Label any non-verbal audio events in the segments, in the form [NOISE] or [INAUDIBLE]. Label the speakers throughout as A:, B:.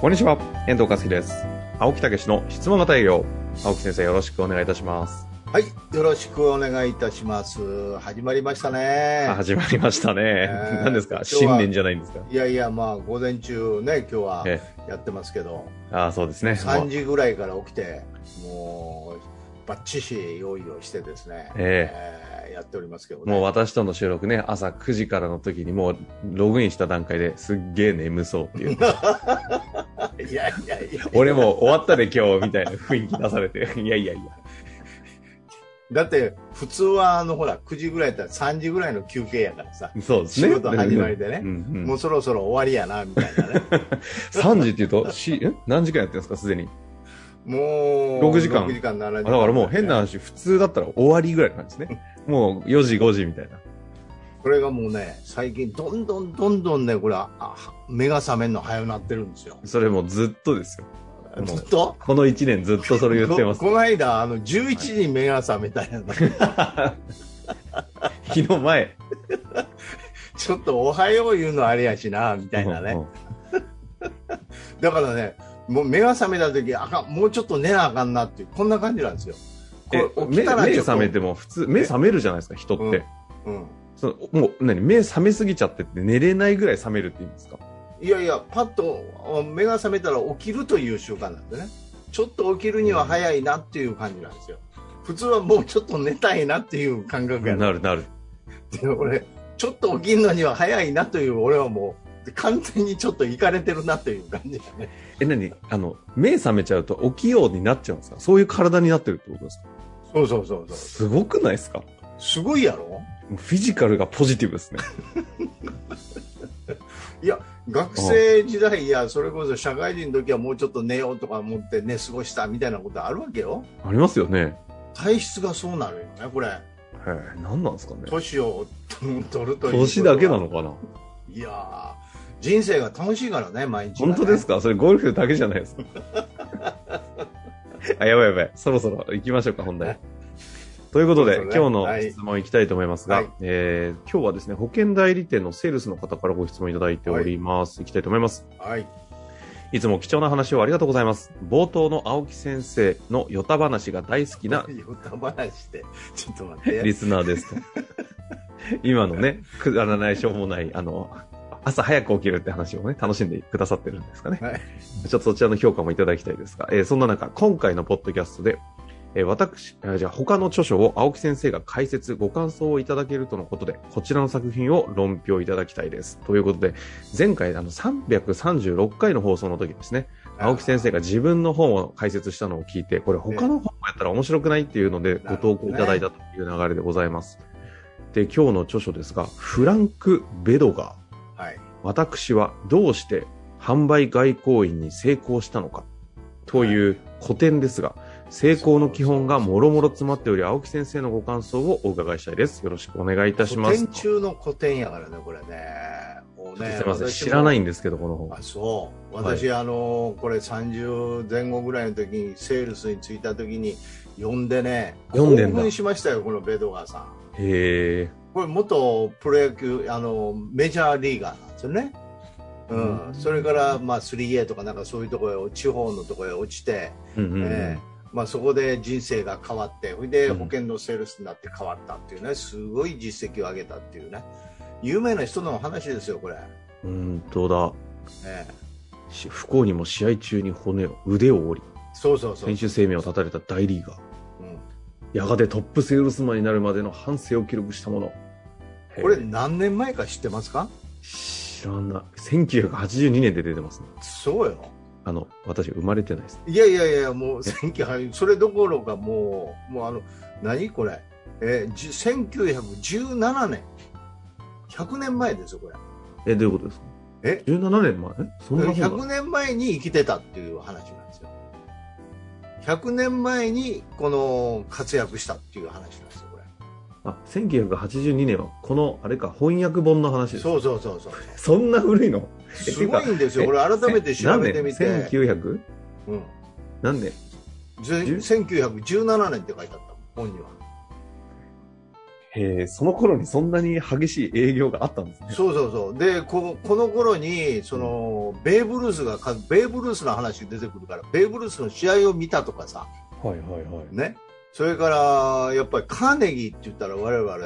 A: こんにちは、遠藤和樹です。青木武の質問型営業。青木先生、よろしくお願いいたします。
B: はい、よろしくお願いいたします。始まりましたね。
A: あ始まりましたね。
B: えー
A: 何ですか
B: 今日
A: 新
B: は
A: 年じゃないんですか
B: いやいや、まあ、午前中ね、今日は
A: え
B: やってますけど、
A: あそうですね。も
B: 3
A: う
B: 時ぐらいから起きて、もう、ばっちし用意をしてですね、
A: え
B: えーやっておりますけどね。
A: もう私との収録ね、朝9時からの時にもうログインした段階ですっげえ眠そうって
B: [LAUGHS]
A: いう。
B: いやいやいや、
A: 俺もう終わったで今日みたいな雰囲気出されて。いやいやいや。
B: だって、普通は、あの、ほら、9時ぐらいだったら3時ぐらいの休憩やからさ、
A: そうですね。
B: 仕事始まりでね
A: うんうん
B: もうそろそろ終わりやな、みたい
A: [LAUGHS]
B: なね。
A: 3時って言うと、しん何時間やってるんですかすでに。
B: もう、
A: 6時間
B: 6時間、7時間、
A: あだからもう変な。話、普通だったら終わりぐらいなんですね。もう4時、5時みたいな。
B: これがもうね、最近、どんどんどんどんね、これ、あ目が覚めるの早くなってるんですよ。
A: それもうずっとですよ。もう
B: ずっと
A: この1年ずっとそれ言ってます
B: こ。この間、あの、11時に目が覚めたやん。
A: 日の前。
B: [LAUGHS] ちょっとおはよう言うのあれやしな、みたいな
A: うんう
B: ね
A: ん。
B: だからね、もう目が覚めた時、あかん、もうちょっと寝なあかんなっていう、こんな感じなんですよ。
A: え
B: これ
A: 目目
B: ちょっと
A: 覚めても普通、目覚めるじゃないですか、人って。
B: うんうん。
A: そのもう何目覚めすぎちゃってって寝れないぐらい覚めるって言うんですか
B: いやいや、パッとあ目が覚めたら起きるという習慣なんでね。ちょっと起きるには早いなっていう感じなんですよ。普通はもうちょっと寝たいなっていう感覚やな
A: なるなる。
B: で俺、ちょっと起きるのには早いなという、俺はもう、完全にちょっといかれてるなという感じだね。
A: え、何あの、目覚めちゃうと起きようになっちゃうんですかそういう体になってるってことですか
B: そうそうそうそう。
A: すごくないですかも
B: すごいやろ
A: うフィジカルがポジティブですね。
B: 学生時代や、それこそ社会人の時はもうちょっと寝ようとか思って寝過ごしたみたいなことあるわけよ。
A: ありますよね。
B: 体質がそうなるよね、これ。
A: はい。何なんですかね
B: 年を取るということは。
A: 年だけなのかない
B: やー人生が楽しいからね、毎日がね、
A: 本当ですかそれゴルフだけじゃないですか
B: [LAUGHS]
A: あ、やばいやばい。そろそろ行きましょうか、本題。ということで、
B: そうですね
A: 今日の質問行きたいと思いますが、
B: はい
A: えー今日はですね、保険代理店のセールスの方からご質問いただいております。行きたいと思います。
B: はい。 [LAUGHS]
A: いつも貴重な話をありがとうございます。冒頭の青木先生のヨタ話が大好きな
B: よた話で、ちょっと待って。
A: リスナーですと。今のね、くだらないしょうもない、あの、朝早く起きるって話をね、楽しんでくださってるんですかね。
B: はい
A: ちょっとそちらの評価もいただきたいですが、えーそんな中、今回のポッドキャストで、えー私、えーじゃあ他の著書を青木先生が解説、ご感想をいただけるとのことで、こちらの作品を論評いただきたいです。ということで、前回、あの、336回の放送の時ですね、青木先生が自分の本を解説したのを聞いて、これ他の本もやったら面白くないっていうのでご
B: なるほど
A: 投稿いただいたという流れでございます。で、今日の著書ですが、フランク・ベドガー。
B: はい。
A: 私はどうして販売外交員に成功したのかという古典ですが、成功の基本がもろもろ詰まっており、青木先生のご感想をお伺いしたいです。よろしくお願いいたしま
B: 古
A: す。
B: 典中の古典やからね、これね。もうね。
A: すいません、知らないいんですけど、この本。
B: あそう私、あのこれ30前後ぐらいの時にセールスに着いた時に読んでね
A: 読んでんだ
B: 興奮しましたよこのベドガーさん
A: へ
B: これ元プロ野球あのメジャーリーガーなんですよね、うん
A: うん
B: それから、まあ、3A とかなんかそういうところへ地方のところへ落ちて、
A: ー。うんうんうん
B: ええまあ、そこで人生が変わって、それで
A: うん
B: 保険のセールスになって変わったっていうね、すごい実績を上げたっていうね、有名な人のお話ですよ、これ。
A: うーんとだ。
B: ええ
A: し不幸にも試合中に骨を、腕を折り、
B: そうそうそう。
A: 選手生命を絶たれた大リーガー。
B: うん
A: やがてトップセールスマンになるまでの反省を記録したもの。
B: これ
A: へー
B: 何年前か知ってますか
A: 知らない。1982年で出てますね。
B: そうよ。
A: あの、私生まれてないです。
B: いやいやい
A: [LAUGHS]
B: や、もう、1900それどころかもう、もうあの、何これ。えー、じ1917年。100年前ですよ、これ。
A: え、どういうことですか
B: え
A: 17年前そんな本
B: 100
A: が
B: 年前に生きてたっていう話なんですよ。100年前にこの活躍したっていう話なんですよ、こ
A: あ1982年はこのあれか翻訳本の話
B: れ。
A: です
B: そうそうそうそう。
A: [LAUGHS] そんな古いの
B: すごいんですよ。
A: え
B: これ改めて調べてみ
A: 何年
B: て。
A: 1900
B: うん、
A: 何年
B: ぜ1917年って書いてあった本には。
A: へえその頃にそんなに激しい営業があったんですね
B: そうそうそう。で、ここの頃に、その、ベーブ・ルースがか、ベーブ・ルースの話出てくるから、ベーブ・ルースの試合を見たとかさ、
A: はいはいはい
B: ね。それから、やっぱりカーネギーって言ったら我々、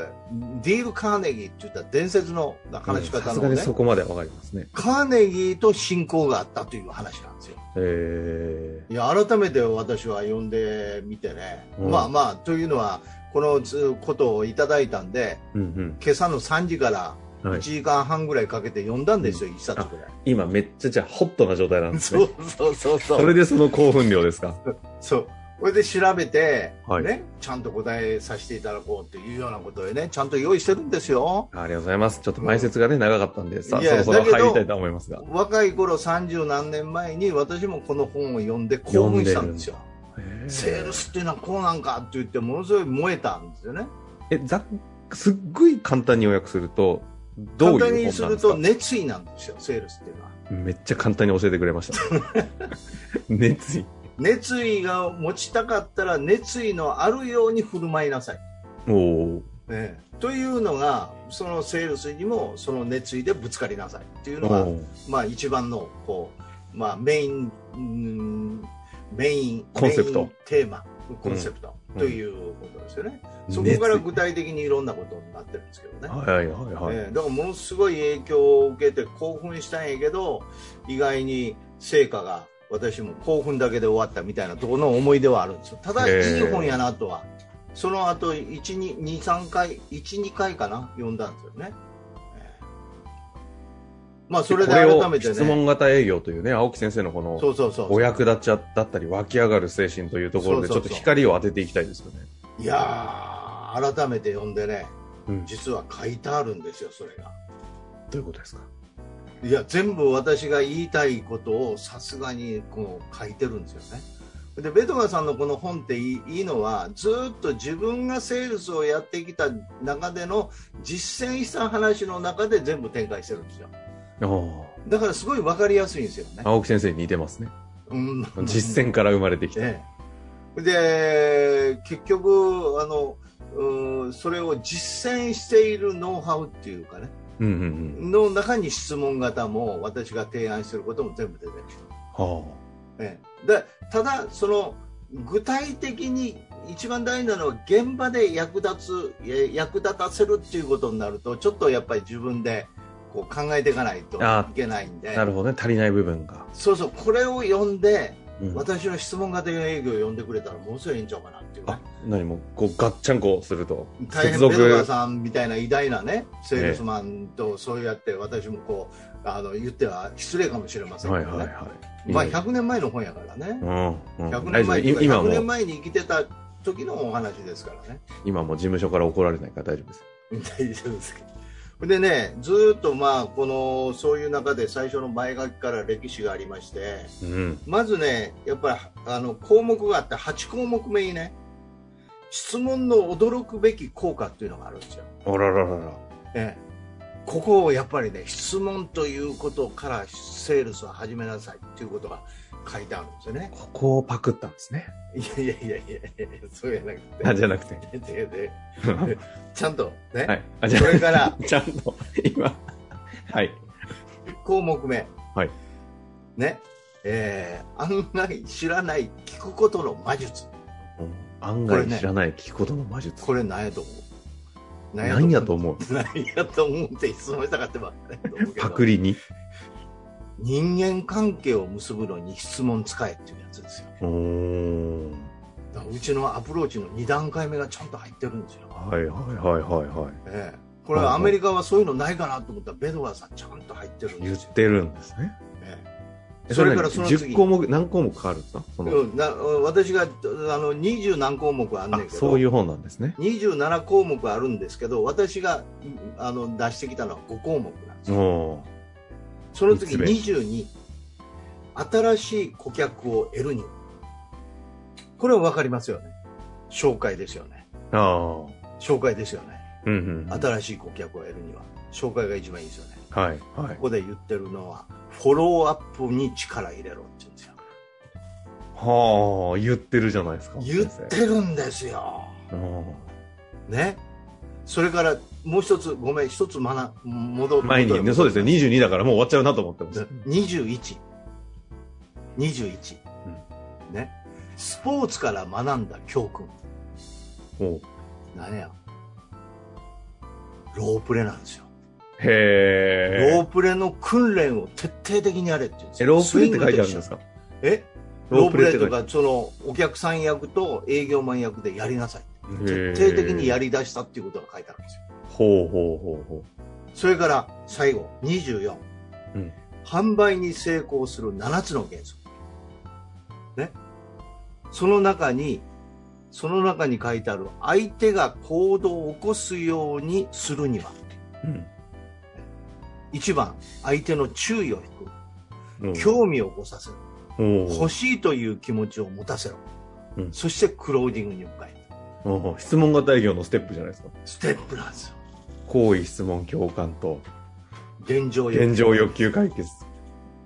B: ディール・カーネギーって言ったら伝説の話し
A: さ
B: 方
A: すが
B: の
A: に
B: ね、
A: そこまではわかりますね
B: カーネギーと親交があったという話なんですよ。
A: え
B: いや、改めて私は読んでみてね。
A: うん
B: まあまあ、というのは、このずことをいただいたんで、
A: ー、うん
B: 今朝の3時から
A: うんは
B: 1
A: い、
B: 時間半ぐらいかけて読んだんですよ、一冊ぐらい。
A: 今めっちゃじゃあホットな状態なんです
B: そ
A: ね
B: うそうそうそう。
A: それでその興奮量ですか
B: そう。これで調べて、
A: はい
B: ね、ちゃんと答えさせていただこうっていうようなことでね、ちゃんと用意してるんですよ。
A: ありがとうございますちょっと前説がね長かったんでさあ
B: い
A: そろ
B: や
A: そろ
B: だけど
A: 入りたいと思いますが
B: 若い頃三十何年前に私もこの本を読んで興奮したんですよ。
A: へえ
B: セールスっていうのはこうなんかって言ってものすごい燃えたんですよね。
A: えざっすっごい簡単に要約するとどう
B: 簡単
A: い
B: に
A: う
B: す
A: 本なん
B: る
A: ですか
B: と熱意なんですよ、セールスっていうのは。
A: めっちゃ簡単に教えてくれました
B: [LAUGHS]
A: 熱意
B: 熱意が持ちたかったら熱意のあるように振る舞いなさい。
A: おお
B: ね、というのが、そのセールスにもその熱意でぶつかりなさいっていうのが
A: ー
B: まあ、一番のこう、まあ、メインうんメイン
A: コンセプト
B: メインテーマコンセプト、
A: うん
B: ということですよね、
A: 熱
B: そ
A: 意
B: こから具体的にいろんなことになってるんですけどね、
A: はいはいはい、
B: ええだからものすごい影響を受けて興奮したんやけど意外に成果が私も興奮だけで終わったみたいなところの思い出はあるんですよただ
A: へ
B: い
A: え
B: い本やなとはその後123回12回かな読んだんですよね、ええまあそれで
A: こを
B: 改めてね
A: 質問型営業というね青木先生のこの
B: そうそうそう
A: お役立ちだったり湧き上がる精神というところでち
B: そう
A: ょっ
B: そう
A: と
B: そう
A: 光を当てていきたいですよね
B: いやー改めて読んでね、
A: うん
B: 実は書いてあるんですよそれが
A: どういうことですか
B: いや全部私が言いたいことをさすがにこう書いてるんですよねでベトガさんのこの本っていいいいのはずーっと自分がセールスをやってきた中での実践した話の中で全部展開してるんですよ
A: あー
B: だからすごい分かりやすいんですよね、
A: 青木先生に似てますね
B: うん、
A: 実践から生まれてきた、
B: ええで結局あのうんそれを実践しているノウハウっていうかね
A: うんうんうん
B: の中に質問型も私が提案してることも全部出てる、
A: は
B: ええでただその具体的に一番大事なのは現場で役立つえ役立たせるっていうことになるとちょっとやっぱり自分でこう考えていかないと
A: あ
B: いけないん
A: あ
B: で
A: なるほどね足りない部分が、
B: そうそうこれを読んで
A: うん
B: 私の質問型営業を読んでくれたらものすごいいいんちゃうかなっていうね
A: あ何もこうガッチャンコすると
B: 大
A: 接
B: 変ベ
A: 続
B: ルガさんみたいな偉大なねセールスマンとそうやって私もこうあの言っては失礼かもしれません
A: は
B: け
A: い
B: ど
A: は
B: ね、
A: いはい
B: まあ、100年前の本やからね、
A: うんうん
B: 100
A: 大
B: 年
A: 丈夫
B: 前に
A: 今
B: 100
A: も
B: 年前に生きてた時のお話ですからね [LAUGHS]
A: 今も事務所から怒られないから大丈夫です
B: 大丈夫ですけどでねずーっとまあこのそういう中で最初の前書きから歴史がありまして
A: うん
B: まずねやっぱりあの項目があって8項目目にね質問の驚くべき効果っていうのがあるんですよ
A: あらららら
B: ええここをやっぱりね質問ということからセールスを始めなさいっていうことが書いてあるんですよね
A: ここをパクったんですね
B: いやいやいやいやいやそうやなくて
A: あじゃなくて
B: [LAUGHS] でで
A: は
B: ちゃんとね、
A: いあじゃ
B: それから
A: あちゃんと今はい
B: 項目目、
A: はい
B: ねえー案外知らない聞くことの魔術
A: うん案
B: これ
A: 外
B: ね
A: 知らない聞くことの魔術
B: これ何やと思う
A: 何やと
B: う
A: 思う
B: 何やと思うって質問したかってばっかりと思うけど
A: パクリに
B: 人間関係を結ぶのに質問使えっていうやつですよ
A: うーん
B: だからうちのアプローチの2段階目がちゃんと入ってるんですよ、
A: はいはいはいはいはい
B: ええこれはアメリカはそういうのないかなと思ったらベドワーさんちゃんと入ってるん
A: 言
B: で
A: っ
B: すよ、
A: てるんですね
B: ええ
A: え
B: それから
A: 何
B: その次
A: 10項目何項目かあるんですかその
B: うんな私があの20何項目あんね
A: あ
B: んけど
A: そういう本なんですね
B: 27項目あるんですけど私があの出してきたのは5項目なんですよ
A: お
B: その次
A: 三
B: 22、新しい顧客を得るには。これは分かりますよね。紹介ですよね。
A: ああ。
B: 紹介ですよね。
A: うんうん。はい。
B: 新しい顧客を得るには。紹介が一番いいですよね。
A: は
B: こ
A: い。
B: こで言ってるのは、フォローアップに力入れろって言うんですよ。
A: はあ、言ってるじゃないですか。
B: 言
A: 先
B: っ
A: 生
B: てるんですよ。
A: う
B: ね。それから、もう一つ、ごめん、一つまな、戻
A: ん前にね、そうですね、
B: ね。
A: 22だからもう終わっちゃうなと思ってます。
B: 21。21。ね。スポーツから学んだ教訓。
A: おう
B: 何やロープレなんですよ。ロ
A: へ
B: ープレの訓練を徹底的にやれって言うんです
A: え。
B: よ
A: ロープレって書いてあるんですか
B: え
A: ロ
B: ロ
A: ー
B: ー
A: プ
B: プ
A: レっ
B: レ
A: て
B: ー
A: 書い
B: と
A: てあ
B: か、その、お客さん役と営業マン役でやりなさい。
A: る
B: 徹底的にや
A: り。
B: り出したっていうことが書いてあるんですよ。
A: ほうほうほうほ
B: それから、最後、24。
A: うん
B: 販売に成功する7つの原則。ね。その中に、その中に書いてある、相手が行動を起こすようにするには、
A: う。うん
B: 1番、相手の注意を引く。
A: うん。
B: 興味を起こさせる。
A: お
B: 欲
A: う
B: しいという気持ちを持たせろ。
A: うん
B: そして、クローディングに向かえる。
A: おう質問型営業のステップじゃないですか。
B: ステップなんですよ。
A: 行為、質問、共感と、
B: 現状よ
A: 現状欲求解決。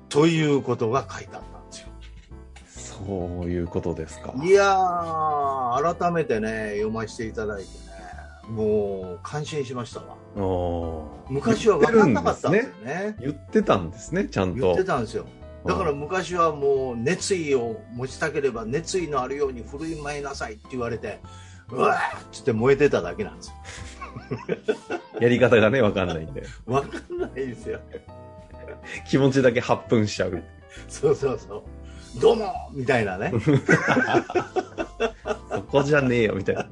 B: ということが書いてあったんですよ。
A: そういうことですか。
B: いやー、改めてね、読ませていただいてね、もう感心しましたわ。
A: おう
B: 昔は分かんなかったんですよね。
A: 言ってたんですね、ちゃん
B: 言っ
A: と
B: て。たんですよ。だから昔はもう熱意を持ちたければ熱意のあるように振る舞いなさいって言われて、うわーっつって燃えてただけなんですよ。
A: やり方がね、わかんない [LAUGHS] んで。
B: 分かんないですよ。
A: 気持ちだけ発奮しちゃう。
B: そうそうそう。どうもみたいなね。
A: そこじゃねえよ、みたいなね。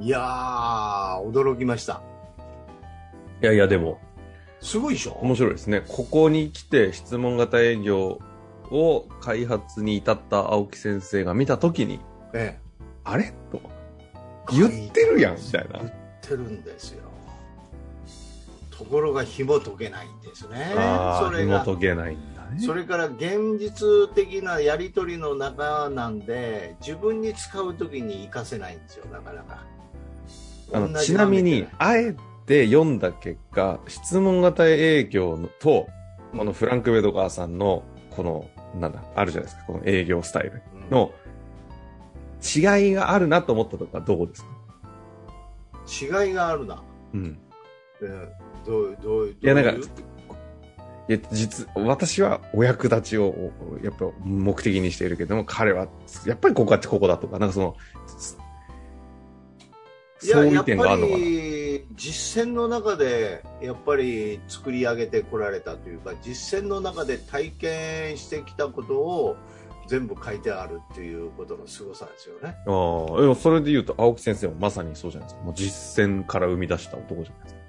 B: いやー、驚きました。
A: [LAUGHS] いやいや、でも、
B: すごいでしょ
A: 面白いですね。ここに来て質問型営業を開発に至った青木先生が見たときに、
B: え
A: あれと。
B: え
A: 言ってるやん、みたいな
B: 言。ってるんですよところが紐解けないんですね
A: あ
B: そ
A: あ、
B: れ
A: 紐
B: が
A: 解けないんだね。
B: それから現実的なやり取りの中なんで自分に使う時に活かせないんですよなかなか
A: あの
B: 同
A: ち
B: じ
A: な
B: 場
A: み
B: 面で
A: に、あえて読んだ結果、質問型営業のと、このフランク・ウェドガーさんの、この、なんだ、あるじゃないですか、この営業スタイル
B: うん
A: の違いがあるなと思ったとかどうですか
B: 違いがあるな、
A: うん。
B: うん、どうどうい
A: やなんか
B: どうう
A: いや、実、私はお役立ちを、やっぱ目的にしているけども、彼は、やっぱりここはここだとか、なんかその、す
B: いや
A: そういう点があるのか
B: やっ
A: な。
B: ぱり実践の中でやっぱり作り上げてこられたというか実践の中で体験してきたことを全部書いてあるっていうことの凄さですよね
A: ああ、でもそれで言うと、青木先生もまさにそうじゃないですか。もう実践から生み出した男じゃないですか。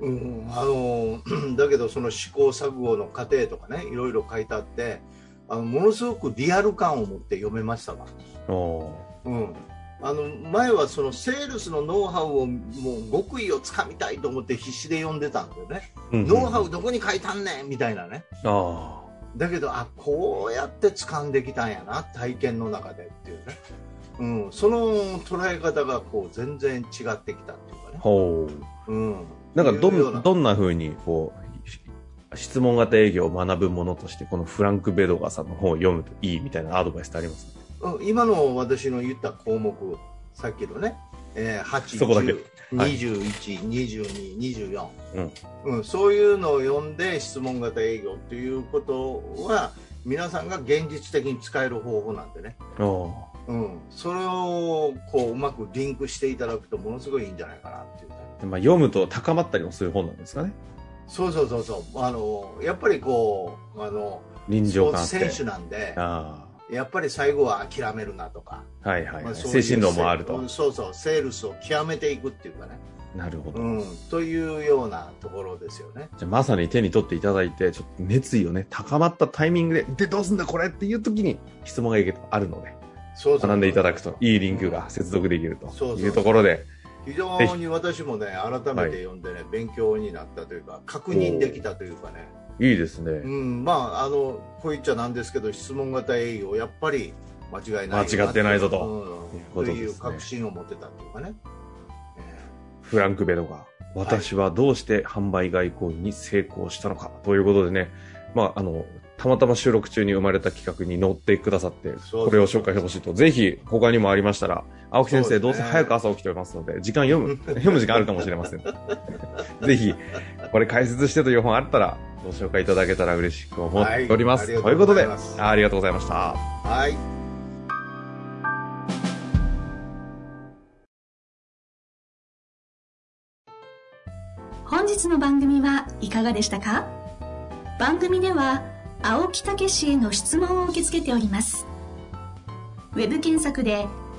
B: うん、あの [CLEARS THROAT] だけどその試行錯誤の過程とかねいろいろ書いてあってあのものすごくリアル感を持って読めましたわ、
A: あ
B: うん、あの前はそのセールスのノウハウをもう極意をつかみたいと思って必死で読んでたんだよね、
A: あ。
B: ノウハ
A: ウ
B: ウどこに書いたんねんみたいなね
A: あ
B: だけどあこうやって掴んできたんやな体験の中でっていうね、うん、その捉え方がこう全然違ってきたっていうか
A: あ。
B: ね、
A: ほう。
B: うん、
A: なんかど、
B: いうようん
A: どんな風に、こう、し質問型営業を学ぶものとして、このフランク・ベドガーさんの本を読むといいみたいなアドバイスってあります
B: うん今の私の言った項目さっきのね、えー、
A: そこだけ
B: 8、10、
A: はい
B: 21、22、24、
A: うん
B: うんそういうのを読んで質問型営業っていうことは皆さんが現実的に使える方法なんでね、
A: ああ。
B: うん、それをこううまくリンクしていただくとものすごいいいんじゃないかなっていうね。
A: まあ、読むと高まったりもする本なんですかね。
B: そうそうそうそうあのやっぱりこうあの
A: 臨
B: ス
A: 場
B: ポ
A: 感
B: ー
A: あっ
B: ツ
A: て。
B: 選手なんで
A: あ
B: やっぱり最後は諦めるなとか、
A: あ。はいはい、は
B: まあ
A: い。
B: そういう
A: 精神論もあると
B: うん。そうそうセールスを極めていくっていうかね、
A: なるほど。
B: うん、というようなところですよね
A: じゃあまさに手に取っていただいて、ちょっと熱意をね、高まったタイミングで、で、どうすんだこれっていう時に質問がいけあるので、
B: そうそう
A: 学んでいただくと、いいリンクが接続できると
B: そうそう
A: いうところで、
B: 非常に私もね改めて読んでね、勉強になったというか確認できたというかね、
A: いいですね。
B: うん、まああのこう言っちゃなんですけど質問型営業やっぱり間違いない
A: 間違ってないぞと
B: うん
A: いうこと
B: と
A: ですね
B: いう確信を持てたというかね、え
A: フランク・ベノが、私はどうして販売外交に成功したのかということでね、まあ、あの、たまたま収録中に生まれた企画に乗ってくださって、
B: そう
A: これを紹介してほしいと、ぜひ他にもありましたら、青木先
B: そ
A: 生、
B: うですね
A: どうせ早く朝起きておりますので、時間読む、 [LAUGHS] 読む時間あるかもしれません。 [LAUGHS] ぜひ、これ解説してという本あったら、ご紹介いただけたら嬉しく思っております。
B: はい
A: ということで、
B: ありがとうございます
A: ありがとうございました。
B: えはい
C: 本日の番組はいかがでしたか番組では青木武氏への質問を受け付けておりますウェブ検索で「